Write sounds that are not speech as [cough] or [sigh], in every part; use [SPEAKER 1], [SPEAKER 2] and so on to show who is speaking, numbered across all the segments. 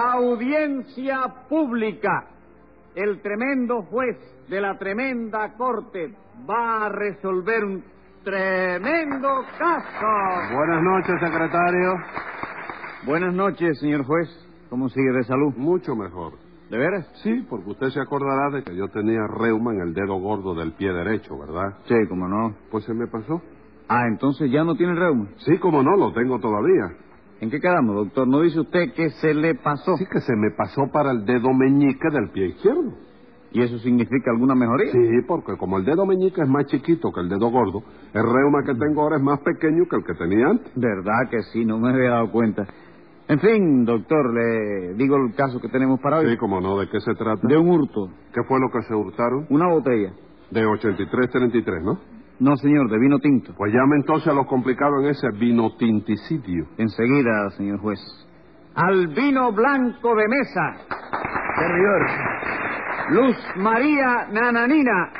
[SPEAKER 1] Audiencia pública. El tremendo juez de la tremenda corte va a resolver un tremendo caso.
[SPEAKER 2] Buenas noches, secretario.
[SPEAKER 1] Buenas noches, señor juez. ¿Cómo sigue de salud?
[SPEAKER 2] Mucho mejor.
[SPEAKER 1] ¿De veras?
[SPEAKER 2] Sí, porque usted se acordará de que yo tenía reuma en el dedo gordo del pie derecho, ¿verdad?
[SPEAKER 1] Sí, cómo no.
[SPEAKER 2] Pues se me pasó.
[SPEAKER 1] Ah, entonces ya no tiene reuma.
[SPEAKER 2] Sí, como no, lo tengo todavía.
[SPEAKER 1] ¿En qué quedamos, doctor? ¿No dice usted que se le pasó?
[SPEAKER 2] Sí que se me pasó para el dedo meñique del pie izquierdo.
[SPEAKER 1] ¿Y eso significa alguna mejoría?
[SPEAKER 2] Sí, porque como el dedo meñique es más chiquito que el dedo gordo, el reuma que tengo ahora es más pequeño que el que tenía antes.
[SPEAKER 1] ¿Verdad que sí? No me había dado cuenta. En fin, doctor, le digo el caso que tenemos para hoy.
[SPEAKER 2] Sí, como no, ¿de qué se trata?
[SPEAKER 1] De un hurto,
[SPEAKER 2] ¿Qué fue lo que se hurtaron?
[SPEAKER 1] una botella.
[SPEAKER 2] De 83-33, ¿no?
[SPEAKER 1] No, señor, de vino tinto.
[SPEAKER 2] Pues llame entonces a los complicados en ese vinotinticidio.
[SPEAKER 1] Enseguida, señor juez. Al vino blanco de mesa. Servidor. Luz María Nananina.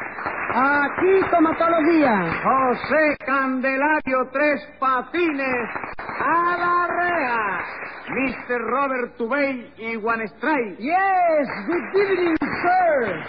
[SPEAKER 3] Aquí como todos los días.
[SPEAKER 1] José Candelario Tres Patines. A la rea. Mr. Robert Tubey y Juan Stray.
[SPEAKER 3] Yes, good evening, sir.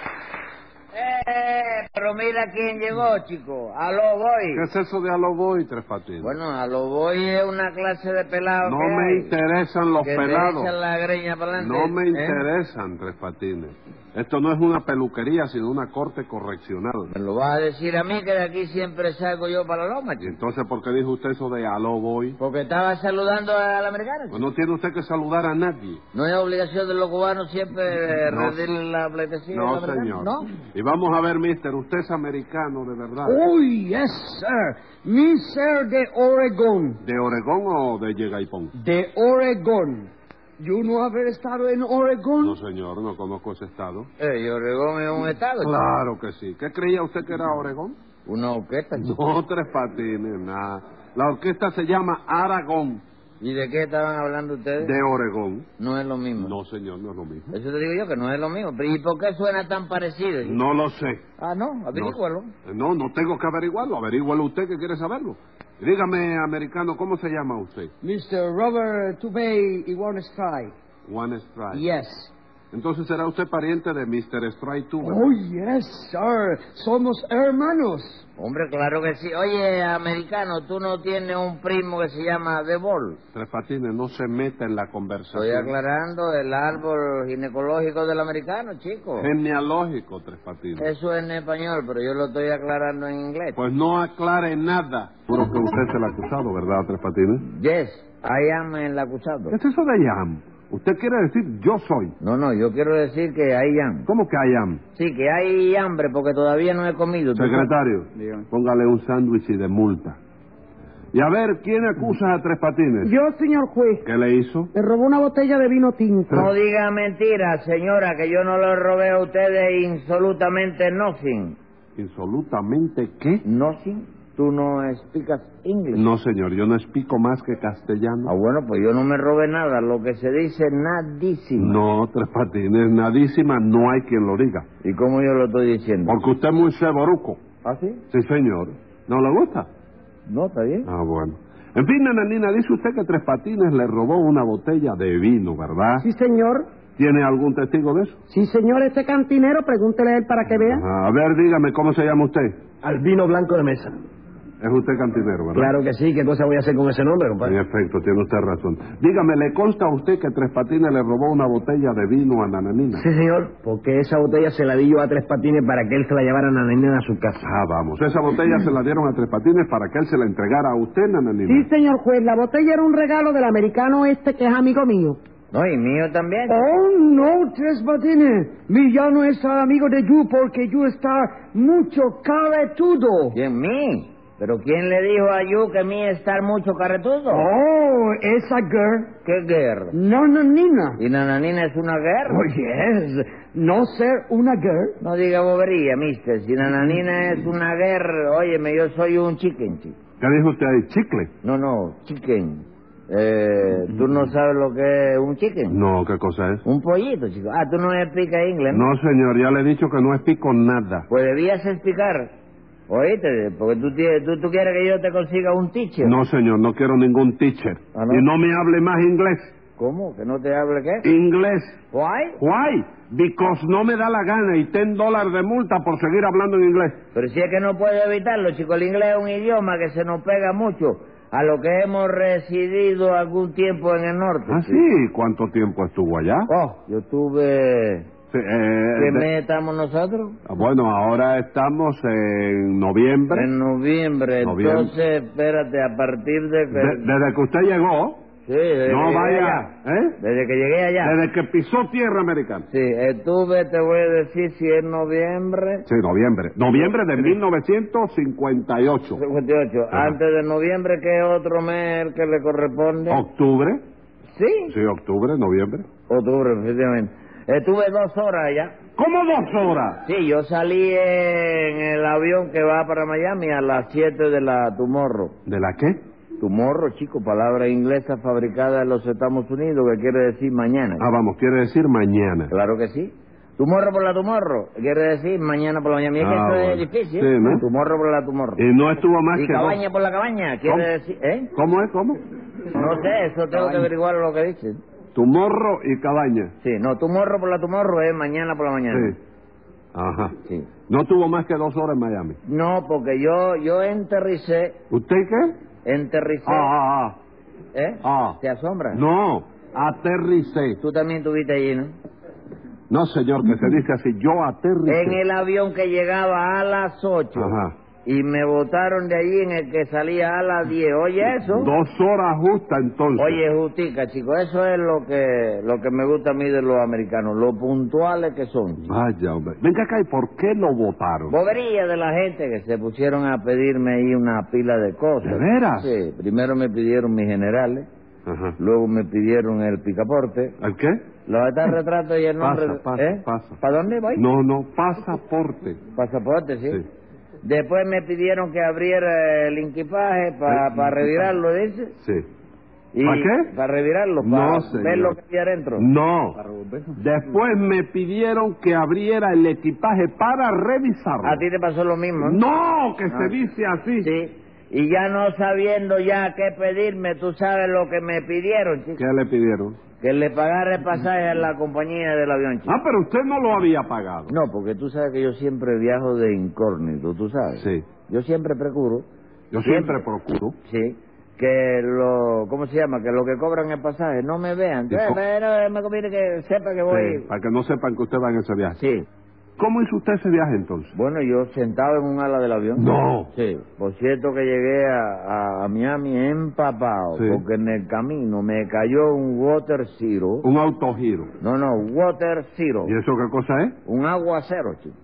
[SPEAKER 4] Eh, pero mira quién llegó, chico. A lo voy.
[SPEAKER 2] ¿Qué es eso de aloboy, Tres Patines?
[SPEAKER 4] Bueno, a lo voy es una clase de pelado.
[SPEAKER 2] no
[SPEAKER 4] que
[SPEAKER 2] me
[SPEAKER 4] hay,
[SPEAKER 2] interesan los
[SPEAKER 4] Ah, que te
[SPEAKER 2] pelados.
[SPEAKER 4] echan la greña para adelante.
[SPEAKER 2] No me
[SPEAKER 4] ¿eh?
[SPEAKER 2] interesan, Tres Patines. Esto no es una peluquería, sino una corte correccional.
[SPEAKER 4] Me lo vas a decir a mí que de aquí siempre salgo yo para la loma,
[SPEAKER 2] ¿Y
[SPEAKER 4] chico.
[SPEAKER 2] entonces por qué dijo usted eso de aló voy?
[SPEAKER 4] Porque estaba saludando al americano. chico.
[SPEAKER 2] Pues no tiene usted que saludar a nadie.
[SPEAKER 4] No es obligación de los cubanos siempre eh,
[SPEAKER 2] No.
[SPEAKER 4] rendirle la pleitesía al
[SPEAKER 2] No,
[SPEAKER 4] americano,
[SPEAKER 2] señor.
[SPEAKER 4] ¿no?
[SPEAKER 2] Y vamos a ver, mister, usted es americano de verdad.
[SPEAKER 3] Oh, yes, sir. Me, sir, de Oregon.
[SPEAKER 2] ¿De Oregón o de Yegaipón?
[SPEAKER 3] De Oregon. ¿Yo no haber estado en Oregon?
[SPEAKER 2] No, señor, no conozco ese estado.
[SPEAKER 4] Eh, y Oregón es un estado, chico.
[SPEAKER 2] Claro que sí. ¿Qué creía usted que era Oregón?
[SPEAKER 4] Una orquesta, chico.
[SPEAKER 2] No, Tres Patines, nada. La orquesta se llama Aragón
[SPEAKER 4] ¿Y de qué estaban hablando ustedes?
[SPEAKER 2] de Oregón.
[SPEAKER 4] No es lo mismo.
[SPEAKER 2] No, señor, no es lo mismo.
[SPEAKER 4] Eso te digo yo, que no es lo mismo. Pero, ¿Y por qué suena tan parecido? chico?
[SPEAKER 2] No lo sé.
[SPEAKER 4] Ah, no, averígualo.
[SPEAKER 2] No, no tengo que averiguarlo. Averígualo usted que quiere saberlo. Dígame, americano, ¿cómo se llama usted?
[SPEAKER 3] Mr. Robert Tubey y Warren Strike.
[SPEAKER 2] Juan Strike.
[SPEAKER 3] Yes.
[SPEAKER 2] Entonces será usted pariente de Mr. Strike Tuber.
[SPEAKER 3] Oh, yes, sir. Somos hermanos.
[SPEAKER 4] Hombre, claro que sí. Oye, americano, tú no tienes un primo que se llama The Ball.
[SPEAKER 2] Tres Patines, no se meta en la conversación.
[SPEAKER 4] Estoy aclarando el árbol ginecológico del americano, chico.
[SPEAKER 2] Genealógico, Tres Patines.
[SPEAKER 4] Eso es en español, pero yo lo estoy aclarando en inglés.
[SPEAKER 2] Pues no aclare nada. Seguro que usted es el acusado, ¿verdad, Tres Patines?
[SPEAKER 4] Yes, I am el acusado.
[SPEAKER 2] ¿Qué es eso de I am? Usted quiere decir yo soy.
[SPEAKER 4] No, no, yo quiero decir que I am.
[SPEAKER 2] ¿Cómo que I am?
[SPEAKER 4] Sí, que hay hambre porque todavía no he comido. ¿tú sabes?
[SPEAKER 2] Secretario,
[SPEAKER 1] Dígame.
[SPEAKER 2] póngale un sándwich y de multa. Y a ver, ¿quién acusa a Tres Patines?
[SPEAKER 3] Yo, señor juez,
[SPEAKER 2] ¿Qué le hizo?
[SPEAKER 3] me robó una botella de vino tinto.
[SPEAKER 4] [laughs] No diga mentiras, señora, que yo no lo robé a ustedes insolutamente nothing.
[SPEAKER 2] ¿Insolutamente qué?
[SPEAKER 4] Nothing? ¿Tú no explicas inglés?
[SPEAKER 2] No, señor, yo no explico más que castellano.
[SPEAKER 4] Ah, bueno, pues yo no me robé nada. Lo que se dice, nadísimo.
[SPEAKER 2] No, Tres Patines, nadísima, no hay quien lo diga.
[SPEAKER 4] ¿Y cómo yo lo estoy diciendo?
[SPEAKER 2] Porque usted es muy ceboruco.
[SPEAKER 4] ¿Ah, sí?
[SPEAKER 2] Sí, señor. ¿No le gusta?
[SPEAKER 4] No, está bien.
[SPEAKER 2] Ah, bueno. En fin, nananina, dice usted que Tres Patines le robó una botella de vino, ¿verdad?
[SPEAKER 3] Sí, señor.
[SPEAKER 2] ¿Tiene algún testigo de eso?
[SPEAKER 3] Sí, señor, este cantinero, pregúntele a él para que vea.
[SPEAKER 2] Ajá. A ver, dígame, ¿cómo se llama usted?
[SPEAKER 5] Al vino blanco de mesa.
[SPEAKER 2] Es usted cantinero, ¿verdad?
[SPEAKER 5] Claro que sí, ¿qué cosa voy a hacer con ese nombre,
[SPEAKER 2] En
[SPEAKER 5] compadre?
[SPEAKER 2] efecto, tiene usted razón. Dígame, ¿le consta a usted que Tres Patines le robó una botella de vino a Nananina?
[SPEAKER 5] Sí, señor, porque esa botella se la di yo a Tres Patines para que él se la llevara a Nananina a su casa.
[SPEAKER 2] Ah, vamos. Esa botella se la dieron a Tres Patines para que él se la entregara a usted,
[SPEAKER 3] Sí,
[SPEAKER 2] Nananina.
[SPEAKER 3] señor juez, la botella era un regalo del americano este que es amigo mío.
[SPEAKER 4] No, y mío también.
[SPEAKER 3] Oh, no, Tres Patines. Mi ya no es amigo de you porque you está mucho cabetudo.
[SPEAKER 4] ¿Quién, mí? ¿Pero quién le dijo a Yu que mí estar mucho carretudo?
[SPEAKER 3] Oh, esa girl.
[SPEAKER 4] ¿Qué guerra?
[SPEAKER 3] No, no, Nina.
[SPEAKER 4] ¿Y Nananina es una guerra?
[SPEAKER 3] Oh, yes. No ser una girl.
[SPEAKER 4] No diga bobería, mister. Si Nananina es una guerra, óyeme, yo soy un chicken, chico.
[SPEAKER 2] ¿Qué dijo usted ahí? ¿Chicle?
[SPEAKER 4] No, no, chicken. Eh, ¿Tú no sabes lo que es un chicken?
[SPEAKER 2] No, ¿qué cosa es?
[SPEAKER 4] Un pollito, chico. Ah, tú no explicas inglés, ¿no?
[SPEAKER 2] No, señor, ya le he dicho que no explico nada.
[SPEAKER 4] Pues debías explicar. Oíste, porque tú, tienes- tú, tú quieres que yo te consiga un teacher.
[SPEAKER 2] No, señor, no quiero ningún teacher.
[SPEAKER 4] Ah, ¿no?
[SPEAKER 2] Y no me hable más inglés.
[SPEAKER 4] ¿Cómo? ¿Que no te hable qué?
[SPEAKER 2] Inglés.
[SPEAKER 4] ¿Why?
[SPEAKER 2] Why? Because no me da la gana y ten dólares de multa por seguir hablando en inglés.
[SPEAKER 4] Pero si es que no puedo evitarlo, chico, el inglés es un idioma que se nos pega mucho a lo que hemos residido algún tiempo en el norte.
[SPEAKER 2] ¿Ah,
[SPEAKER 4] chico.
[SPEAKER 2] sí? ¿Cuánto tiempo estuvo allá?
[SPEAKER 4] Oh, yo tuve...
[SPEAKER 2] Sí, eh,
[SPEAKER 4] ¿Qué
[SPEAKER 2] de-
[SPEAKER 4] mes estamos nosotros?
[SPEAKER 2] Bueno, ahora estamos en noviembre.
[SPEAKER 4] En noviembre,
[SPEAKER 2] Noviembre.
[SPEAKER 4] entonces espérate, a partir de... que-
[SPEAKER 2] De- desde que usted llegó,
[SPEAKER 4] sí, desde que
[SPEAKER 2] no
[SPEAKER 4] llegué
[SPEAKER 2] vaya,
[SPEAKER 4] allá.
[SPEAKER 2] ¿eh?
[SPEAKER 4] Desde que llegué allá.
[SPEAKER 2] Desde que pisó tierra americana.
[SPEAKER 4] Sí, estuve, te voy a decir si es noviembre.
[SPEAKER 2] Sí, noviembre. Noviembre de 1958.
[SPEAKER 4] 58.
[SPEAKER 2] Ajá.
[SPEAKER 4] Antes de noviembre, ¿qué otro mes el que le corresponde?
[SPEAKER 2] Octubre.
[SPEAKER 4] Sí.
[SPEAKER 2] Sí, octubre, noviembre.
[SPEAKER 4] Octubre, efectivamente. Estuve dos horas allá.
[SPEAKER 2] ¿Cómo dos horas?
[SPEAKER 4] Sí, yo salí en el avión que va para Miami a las 7 de la Tomorrow.
[SPEAKER 2] ¿De la qué?
[SPEAKER 4] Tomorrow, chico, palabra inglesa fabricada en los Estados Unidos que quiere decir mañana.
[SPEAKER 2] Ah, vamos, quiere decir mañana.
[SPEAKER 4] Claro que sí. Tumorro por la tumorro, quiere decir mañana por la mañana. Mira que
[SPEAKER 2] Ah,
[SPEAKER 4] eso
[SPEAKER 2] bueno.
[SPEAKER 4] es difícil.
[SPEAKER 2] Sí, ¿no?
[SPEAKER 4] Tumorro por la tumorro.
[SPEAKER 2] Y no estuvo más
[SPEAKER 4] Y
[SPEAKER 2] que
[SPEAKER 4] cabaña
[SPEAKER 2] dos.
[SPEAKER 4] por la cabaña, quiere
[SPEAKER 2] ¿Cómo?
[SPEAKER 4] decir, ¿eh?
[SPEAKER 2] ¿Cómo es? ¿Cómo?
[SPEAKER 4] No sé, eso tengo que averiguar lo que dicen.
[SPEAKER 2] Tumorro y cabaña.
[SPEAKER 4] Sí, no, tumorro por la tumorro es mañana por la mañana.
[SPEAKER 2] Sí. Ajá.
[SPEAKER 4] Sí.
[SPEAKER 2] No tuvo más que dos horas en Miami.
[SPEAKER 4] No, porque yo yo enterricé,
[SPEAKER 2] ¿Usted qué?
[SPEAKER 4] enterricé,
[SPEAKER 2] Ah, ah,
[SPEAKER 4] ¿eh?
[SPEAKER 2] ah.
[SPEAKER 4] ¿Te asombra?
[SPEAKER 2] ah. No, aterricé.
[SPEAKER 4] Tú también tuviste allí, ¿no?
[SPEAKER 2] No, señor, que se dice así. Yo aterricé.
[SPEAKER 4] En el avión que llegaba a las 8
[SPEAKER 2] Ajá.
[SPEAKER 4] y me botaron de allí en el que salía a las 10. Oye, eso.
[SPEAKER 2] Dos horas justa entonces.
[SPEAKER 4] Oye, Justica, chico, eso es lo que lo que me gusta a mí de los americanos, lo puntuales que son. chico.
[SPEAKER 2] Vaya, hombre. Venga acá, ¿y por qué lo votaron?
[SPEAKER 4] Bobería de la gente que se pusieron a pedirme ahí una pila de cosas.
[SPEAKER 2] ¿De veras?
[SPEAKER 4] Sí, primero me pidieron mis generales,
[SPEAKER 2] Ajá.
[SPEAKER 4] luego me pidieron el picaporte,
[SPEAKER 2] ¿El qué?
[SPEAKER 4] la verdad el retrato y el nombre...
[SPEAKER 2] Pasa, pasa,
[SPEAKER 4] ¿Eh?
[SPEAKER 2] pasa.
[SPEAKER 4] ¿Para dónde voy?
[SPEAKER 2] No, no, pasaporte.
[SPEAKER 4] Pasaporte, sí.
[SPEAKER 2] Sí.
[SPEAKER 4] Después me pidieron que abriera el inquipaje para
[SPEAKER 2] El
[SPEAKER 4] revirarlo, dice.
[SPEAKER 2] Sí.
[SPEAKER 4] Y
[SPEAKER 2] ¿Para qué?
[SPEAKER 4] Para revirarlo,
[SPEAKER 2] No,
[SPEAKER 4] para ver
[SPEAKER 2] señor.
[SPEAKER 4] lo que había adentro.
[SPEAKER 2] No. Después me pidieron que abriera el equipaje para revisarlo.
[SPEAKER 4] A ti te pasó lo mismo, ¿no?
[SPEAKER 2] No, que
[SPEAKER 4] Ah.
[SPEAKER 2] se dice así.
[SPEAKER 4] Sí. Y ya no sabiendo ya qué pedirme, tú sabes lo que me pidieron, chico.
[SPEAKER 2] ¿Qué le pidieron?
[SPEAKER 4] Que le pagara el pasaje a la compañía del avión, chico.
[SPEAKER 2] Ah, pero usted no lo había pagado.
[SPEAKER 4] No, porque tú sabes que yo siempre viajo de incógnito, tú sabes.
[SPEAKER 2] Sí.
[SPEAKER 4] Yo siempre procuro,
[SPEAKER 2] Yo
[SPEAKER 4] Siempre.
[SPEAKER 2] siempre procuro.
[SPEAKER 4] sí, que lo, ¿cómo se llama? Que lo que cobran el pasaje no me vean.
[SPEAKER 2] ¿Y
[SPEAKER 4] Eh,
[SPEAKER 2] co-
[SPEAKER 4] pero eh, me conviene que sepa que
[SPEAKER 2] Sí,
[SPEAKER 4] voy.
[SPEAKER 2] para que no sepan que usted va en ese viaje.
[SPEAKER 4] Sí.
[SPEAKER 2] ¿Cómo hizo usted ese viaje entonces?
[SPEAKER 4] Bueno, yo sentado en un ala del avión.
[SPEAKER 2] No.
[SPEAKER 4] Sí, por cierto que llegué a, a- a Miami empapado,
[SPEAKER 2] Sí.
[SPEAKER 4] porque en el camino me cayó un water zero.
[SPEAKER 2] Un autogiro.
[SPEAKER 4] No, no, water zero.
[SPEAKER 2] ¿Y eso qué cosa es?
[SPEAKER 4] Un aguacero, chico.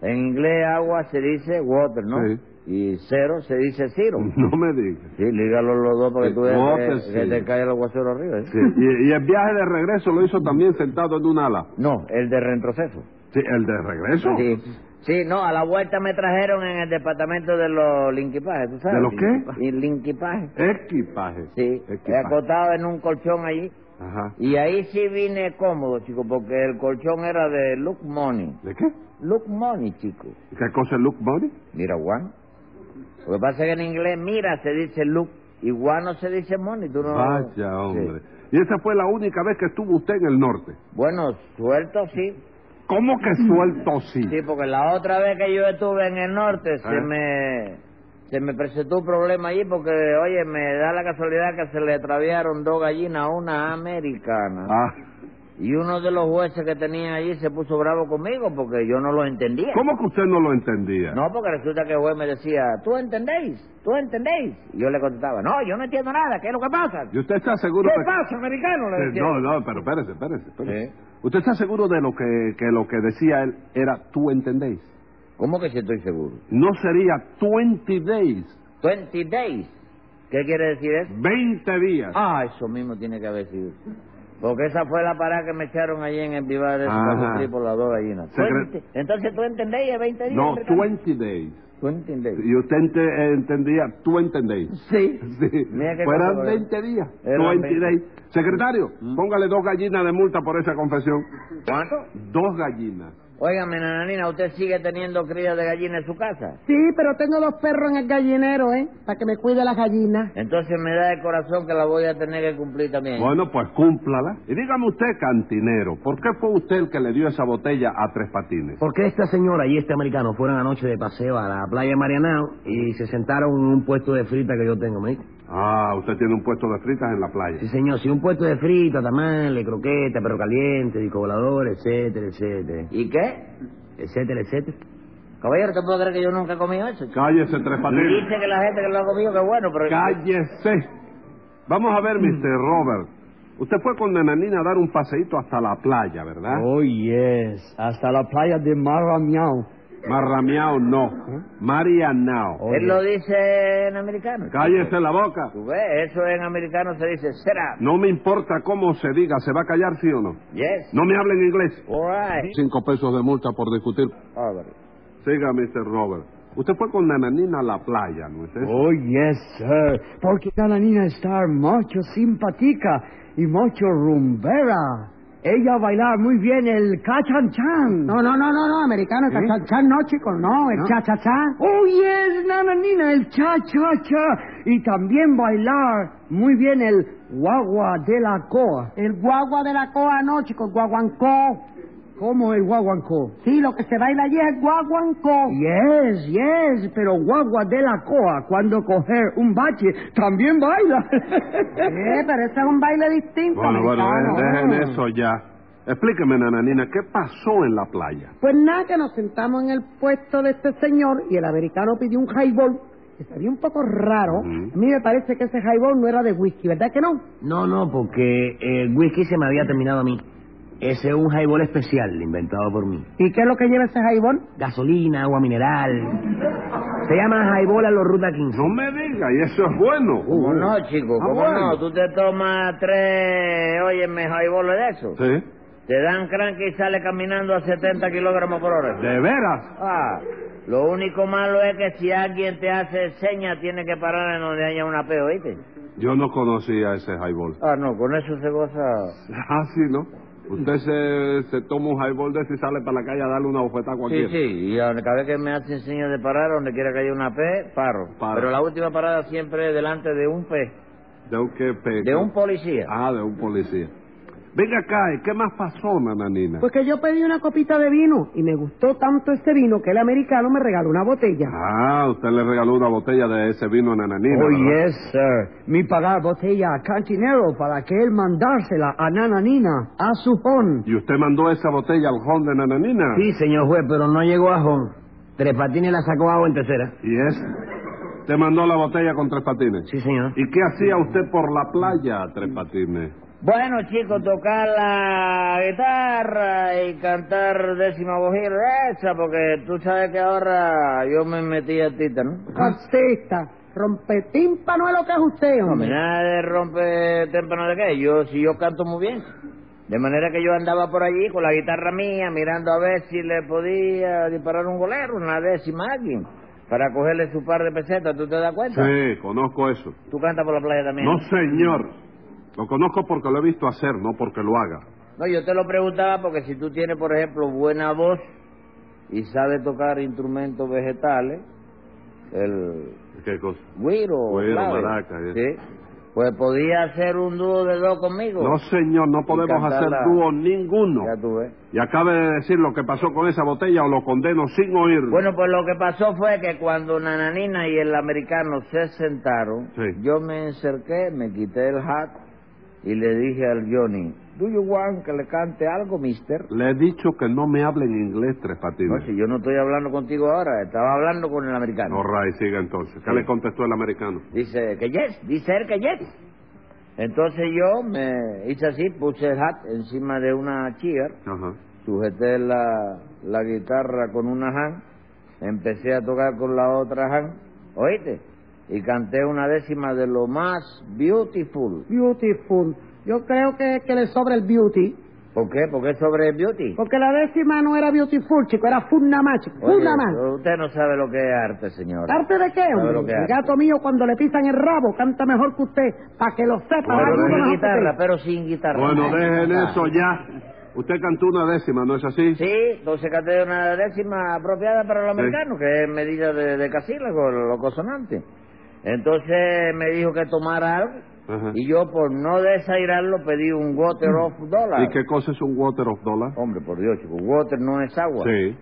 [SPEAKER 4] En inglés agua se dice water, ¿no?
[SPEAKER 2] Sí.
[SPEAKER 4] Y cero se dice zero.
[SPEAKER 2] No me diga.
[SPEAKER 4] Sí, lígalo los dos para que
[SPEAKER 2] Sí,
[SPEAKER 4] tú veas
[SPEAKER 2] water
[SPEAKER 4] que, que
[SPEAKER 2] zero.
[SPEAKER 4] te cae el aguacero arriba. ¿eh?
[SPEAKER 2] Sí, Y, y el viaje de regreso lo hizo también sentado en un ala.
[SPEAKER 4] No, el de retroceso.
[SPEAKER 2] Sí, ¿El de regreso?
[SPEAKER 4] Sí. Sí, no, a la vuelta me trajeron en el departamento de los linkipajes, ¿tú sabes?
[SPEAKER 2] ¿De los qué?
[SPEAKER 4] Y linkipajes.
[SPEAKER 2] Equipaje.
[SPEAKER 4] Sí, he
[SPEAKER 2] Equipaje.
[SPEAKER 4] acostado en un colchón allí.
[SPEAKER 2] Ajá.
[SPEAKER 4] Y ahí sí vine cómodo, chico, porque el colchón era de Look Money.
[SPEAKER 2] ¿De qué?
[SPEAKER 4] Look Money, chico.
[SPEAKER 2] ¿Qué cosa es Luke Body?
[SPEAKER 4] Mira, Juan. Lo que pasa es que en inglés mira se dice look y Juan no se dice money. Tú no...
[SPEAKER 2] Vaya, hombre.
[SPEAKER 4] Sí.
[SPEAKER 2] Y esa fue la única vez que estuvo usted en el norte.
[SPEAKER 4] Bueno, suelto sí.
[SPEAKER 2] ¿Cómo que suelto sí?
[SPEAKER 4] Sí, porque la otra vez que yo estuve en el norte se
[SPEAKER 2] Ah.
[SPEAKER 4] me... Se me presentó un problema allí porque, oye, me da la casualidad que se le atraviaron dos gallinas a una americana.
[SPEAKER 2] Ah,
[SPEAKER 4] Y uno de los jueces que tenía allí se puso bravo conmigo porque yo no lo entendía.
[SPEAKER 2] ¿Cómo que usted no lo entendía?
[SPEAKER 4] No, porque resulta que el juez me decía, ¿tú entendéis? ¿Tú entendéis? Y yo le contestaba, no, yo no entiendo nada, ¿qué es lo que pasa?
[SPEAKER 2] ¿Y usted está seguro
[SPEAKER 4] ¿Qué
[SPEAKER 2] de
[SPEAKER 4] pasa, americano? Le
[SPEAKER 2] que...
[SPEAKER 4] decía.
[SPEAKER 2] Eh, No, no, pero espérese, espérese. espérese.
[SPEAKER 4] ¿Eh?
[SPEAKER 2] ¿Usted está seguro de lo que, que lo que decía él era tú entendéis?
[SPEAKER 4] ¿Cómo que si estoy seguro?
[SPEAKER 2] No sería 20 days,
[SPEAKER 4] 20 days. ¿Qué quiere decir eso?
[SPEAKER 2] 20 días.
[SPEAKER 4] Ah, eso mismo tiene que haber sido. Porque esa fue la parada que me echaron allí en el vivar de
[SPEAKER 2] Ajá.
[SPEAKER 4] por las dos gallinas.
[SPEAKER 2] Secre-
[SPEAKER 4] 20. Entonces, ¿tú entendéis? 20 días.
[SPEAKER 2] no,
[SPEAKER 4] americano?
[SPEAKER 2] 20 days.
[SPEAKER 4] ¿Tú entendéis?
[SPEAKER 2] Y usted ente- entendía 20 days.
[SPEAKER 4] Sí.
[SPEAKER 2] [laughs] Sí,
[SPEAKER 4] Mira qué
[SPEAKER 2] fueran
[SPEAKER 4] cosa, eh.
[SPEAKER 2] 20 días,
[SPEAKER 4] Eran Mm.
[SPEAKER 2] 20
[SPEAKER 4] 20.
[SPEAKER 2] days. Secretario, póngale dos gallinas de multa por esa confesión.
[SPEAKER 4] ¿Cuánto?
[SPEAKER 2] Dos gallinas.
[SPEAKER 4] Óigame, nananina, ¿usted sigue teniendo crías de gallina en su casa?
[SPEAKER 6] Sí, pero tengo dos perros en el gallinero, ¿eh? Para que me cuide las gallinas.
[SPEAKER 4] Entonces me da de corazón que la voy a tener que cumplir también.
[SPEAKER 2] Bueno, pues cúmplala. Y dígame usted, cantinero, ¿por qué fue usted el que le dio esa botella a Tres Patines?
[SPEAKER 5] Porque esta señora y este americano fueron anoche de paseo a la playa de Marianao y se sentaron en un puesto de frita que yo tengo, ¿me dice?
[SPEAKER 2] Ah, usted tiene un puesto de fritas en la playa.
[SPEAKER 5] Sí, señor, sí, un puesto de frita, tamales, croqueta, perro caliente, disco volador, etcétera, etcétera.
[SPEAKER 4] ¿Y qué?
[SPEAKER 5] Etcétera, etcétera.
[SPEAKER 4] Caballero, ¿te puedo creer que yo nunca he comido eso? chico?
[SPEAKER 2] Cállese, Tres
[SPEAKER 4] Y
[SPEAKER 2] Patines.
[SPEAKER 4] dice que la gente que lo ha comido que bueno, pero...
[SPEAKER 2] Cállese. Vamos a ver, Mr. Robert. Usted fue con Nananina a dar un paseíto hasta la playa, ¿verdad?
[SPEAKER 3] Oh, yes. Hasta la playa de Maramiao.
[SPEAKER 2] Marrameao no. Marianao.
[SPEAKER 4] Él lo dice en americano. chico.
[SPEAKER 2] Cállese la boca.
[SPEAKER 4] ¿Tú ves? Eso en americano se dice será.
[SPEAKER 2] No me importa cómo se diga, ¿se va a callar sí o no?
[SPEAKER 4] Yes.
[SPEAKER 2] No me hable en inglés.
[SPEAKER 4] All right.
[SPEAKER 2] Cinco pesos de multa por discutir.
[SPEAKER 4] All right.
[SPEAKER 2] Siga, Mr. Robert. Usted fue con Nananina a la playa, ¿no es eso?
[SPEAKER 3] Oh, yes, sir. Porque la niña está mucho simpática y mucho rumbera. Ella bailar muy bien el cachanchan. ¿Eh?
[SPEAKER 6] No, no, no, no, no, americano, el cachachán no, chicos, no, el chachachá.
[SPEAKER 3] Oh, yes, nananina, el cha-cha-cha. Y también bailar muy bien el guagua de la coa.
[SPEAKER 6] El guagua de la coa no, chicos, el guaguancó.
[SPEAKER 3] ¿Cómo el guaguancó?
[SPEAKER 6] Sí, lo que se baila allí es el guaguancó.
[SPEAKER 3] Yes, yes, pero guagua de la coa, cuando coger un bache, también baila.
[SPEAKER 6] Sí, pero ese es un baile distinto,
[SPEAKER 2] Bueno, bueno,
[SPEAKER 6] americano.
[SPEAKER 2] de- dejen eso ya. Explíqueme, Nananina, ¿qué pasó en la playa?
[SPEAKER 6] Pues nada, que nos sentamos en el puesto de este señor y el americano pidió un highball que se vio un poco raro.
[SPEAKER 2] Ujú.
[SPEAKER 6] A mí me parece que ese highball no era de whisky, ¿verdad que no?
[SPEAKER 5] No, no, porque el whisky se me había terminado a mí. Ese es un highball especial inventado por mí.
[SPEAKER 6] ¿Y qué es lo que lleva ese highball?
[SPEAKER 5] Gasolina, agua mineral. Se llama highball a los Ruta 15.
[SPEAKER 2] No me diga, y eso es bueno.
[SPEAKER 4] ¿Cómo no, chico?
[SPEAKER 2] Ah,
[SPEAKER 4] ¿Cómo
[SPEAKER 2] bueno.
[SPEAKER 4] no? Tú te tomas tres, óyeme, jaiboles de eso.
[SPEAKER 2] Sí.
[SPEAKER 4] Te dan cranky y sale caminando a 70 kilógramos por hora.
[SPEAKER 2] ¿De veras?
[SPEAKER 4] Ah, lo único malo es que si alguien te hace seña, tiene que parar en donde haya un apeo, ¿viste?
[SPEAKER 2] Yo no conocía ese highball.
[SPEAKER 4] Ah, no, con eso se goza...
[SPEAKER 2] Ah, sí, ¿no? Usted se, se toma un highball de ese y sale para la calle a darle una bofetada a
[SPEAKER 4] Sí,
[SPEAKER 2] cualquiera.
[SPEAKER 4] sí, y a- cada vez que me hacen señas de parar, donde quiera que haya una P, paro.
[SPEAKER 2] Paro.
[SPEAKER 4] Pero la última parada siempre es delante de un P,
[SPEAKER 2] ¿De un qué peco?
[SPEAKER 4] de un policía.
[SPEAKER 2] Ah, de un policía. Venga acá, ¿y qué más pasó, nananina?
[SPEAKER 6] Pues que yo pedí una copita de vino y me gustó tanto este vino que el americano me regaló una botella.
[SPEAKER 2] Ah, usted le regaló una botella de ese vino a nananina,
[SPEAKER 3] Oh,
[SPEAKER 2] ¿verdad?
[SPEAKER 3] yes, sir. Mi pagar botella a cantinero para que él mandársela a Nananina, a su hon.
[SPEAKER 2] ¿Y usted mandó esa botella al jón de nananina?
[SPEAKER 5] Sí, señor juez, pero no llegó a Jón. Tres Patines la sacó agua en tercera.
[SPEAKER 2] ¿Y es? ¿Te mandó la botella con tres patines?
[SPEAKER 5] Sí, señor.
[SPEAKER 2] ¿Y qué hacía usted por la playa, tres patines?
[SPEAKER 4] Bueno, chicos, tocar la guitarra y cantar décima bujía esa, porque tú sabes que ahora yo me metí artista, ¿no?
[SPEAKER 6] Cosita, rompetímpano es lo que es usted,
[SPEAKER 4] No,
[SPEAKER 6] hombre.
[SPEAKER 4] nada de rompe témpano de qué, yo si yo canto muy bien. De manera que yo andaba por allí con la guitarra mía mirando a ver si le podía disparar un golero, una décima a alguien, para cogerle su par de pesetas, ¿tú te das cuenta?
[SPEAKER 2] Sí, conozco eso.
[SPEAKER 4] Tú cantas por la playa también.
[SPEAKER 2] No, señor. Lo conozco porque lo he visto hacer, no porque lo haga.
[SPEAKER 4] No, yo te lo preguntaba porque si tú tienes, por ejemplo, buena voz y sabes tocar instrumentos vegetales, el
[SPEAKER 2] ¿Qué cosa?
[SPEAKER 4] güiro,
[SPEAKER 2] Güiro,
[SPEAKER 4] ¿sabes?
[SPEAKER 2] maraca, ya.
[SPEAKER 4] ¿Sí? pues podía hacer un dúo de dos conmigo.
[SPEAKER 2] No, señor, no podemos hacer
[SPEAKER 4] Encantada.
[SPEAKER 2] dúo ninguno.
[SPEAKER 4] Ya tú ves.
[SPEAKER 2] Y acabe de decir lo que pasó con esa botella o lo condeno sin oírlo.
[SPEAKER 4] Bueno, pues lo que pasó fue que cuando Nananina y el americano se sentaron,
[SPEAKER 2] Sí.
[SPEAKER 4] yo me acerqué, me quité el hat y le dije al Johnny, ¿Do you want que le cante algo, mister?
[SPEAKER 2] Le he dicho que no me hable en inglés, Tres
[SPEAKER 4] No,
[SPEAKER 2] Patines.
[SPEAKER 4] si yo no estoy hablando contigo ahora, estaba hablando con el americano.
[SPEAKER 2] No, Ray, siga entonces. ¿Qué le contestó el americano?
[SPEAKER 4] Dice que yes, dice él que yes. Entonces yo me hice así, puse el hat encima de una cheer,
[SPEAKER 2] Ajá.
[SPEAKER 4] sujeté la, la guitarra con una hand, empecé a tocar con la otra hand, ¿oíste? Y canté una décima de lo más beautiful.
[SPEAKER 6] Beautiful. Yo creo que, que le sobra el beauty.
[SPEAKER 4] ¿Por qué? Porque es sobre beauty.
[SPEAKER 6] Porque la décima no era beautiful, chico, era full nada más, chico, full
[SPEAKER 4] Oye,
[SPEAKER 6] nada más.
[SPEAKER 4] usted no sabe lo que es arte, señora.
[SPEAKER 6] ¿Arte de qué,
[SPEAKER 4] Sabe
[SPEAKER 6] hombre?
[SPEAKER 4] lo que
[SPEAKER 6] El
[SPEAKER 4] hace.
[SPEAKER 6] gato mío cuando le pisan el rabo canta mejor que usted, para que lo sepa.
[SPEAKER 2] Bueno,
[SPEAKER 6] dale uno mejor
[SPEAKER 2] deje
[SPEAKER 4] Sin
[SPEAKER 6] que
[SPEAKER 4] guitarra,
[SPEAKER 6] usted.
[SPEAKER 4] pero sin guitarra.
[SPEAKER 2] Bueno, dejen
[SPEAKER 4] Ah.
[SPEAKER 2] eso ya. Usted cantó una décima, ¿no es así?
[SPEAKER 4] Sí, 12 de una décima apropiada para los
[SPEAKER 2] Sí.
[SPEAKER 4] americanos, que es medida de, de casílago, los consonantes. Entonces me dijo que tomara algo
[SPEAKER 2] Ajá.
[SPEAKER 4] y yo por no desairarlo pedí un water of dollar.
[SPEAKER 2] Mm. ¿Y qué cosa es un water of dollar?
[SPEAKER 4] Hombre, por Dios, chico, water no es agua
[SPEAKER 2] Sí.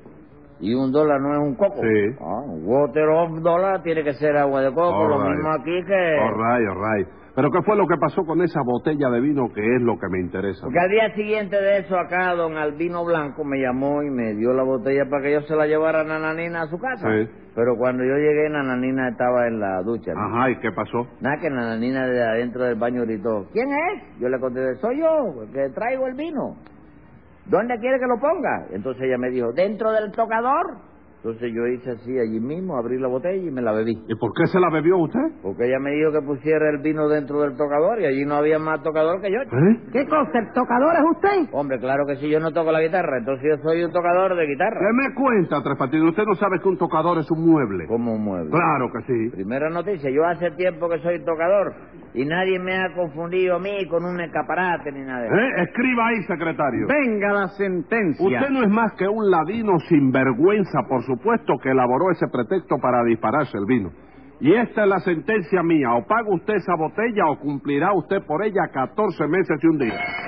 [SPEAKER 4] y un dólar no es un coco.
[SPEAKER 2] Sí.
[SPEAKER 4] Ah, un water of dollar tiene que ser agua de coco, lo
[SPEAKER 2] Alright.
[SPEAKER 4] mismo aquí que...
[SPEAKER 2] All right, all right. Pero ¿qué fue lo que pasó con esa botella de vino que es lo que me interesa?
[SPEAKER 4] Porque al día siguiente de eso, acá don Albino Blanco me llamó y me dio la botella para que yo se la llevara a Nananina a su casa.
[SPEAKER 2] Sí.
[SPEAKER 4] Pero cuando yo llegué, Nananina estaba en la ducha. ¿no?
[SPEAKER 2] Ajá, ¿y qué pasó?
[SPEAKER 4] Nada que Nananina de adentro del baño gritó, ¿quién es? Yo le contesté, soy yo, el que traigo el vino. ¿Dónde quiere que lo ponga? Entonces ella me dijo, ¿dentro del tocador? Entonces yo hice así allí mismo, abrí la botella y me la bebí.
[SPEAKER 2] ¿Y por qué se la bebió usted?
[SPEAKER 4] Porque ella me dijo que pusiera el vino dentro del tocador y allí no había más tocador que yo.
[SPEAKER 2] ¿Eh?
[SPEAKER 6] ¿Qué cosa? ¿El tocador es usted?
[SPEAKER 4] Hombre, claro que sí, yo no toco la guitarra, entonces yo soy un tocador de
[SPEAKER 2] ¿Qué
[SPEAKER 4] guitarra.
[SPEAKER 2] me cuenta, Tres Patines? Usted no sabe que un tocador es un mueble.
[SPEAKER 4] ¿Cómo mueble?
[SPEAKER 2] Claro que sí.
[SPEAKER 4] Primera noticia, yo hace tiempo que soy tocador y nadie me ha confundido a mí con un escaparate ni nada de eso.
[SPEAKER 2] ¿Eh? Escriba ahí, secretario.
[SPEAKER 1] Venga la sentencia.
[SPEAKER 2] Usted no es más que un ladino sinvergüenza, por supuesto, que elaboró ese pretexto para dispararse el vino. Y esta es la sentencia mía. O paga usted esa botella o cumplirá usted por ella 14 meses y un día.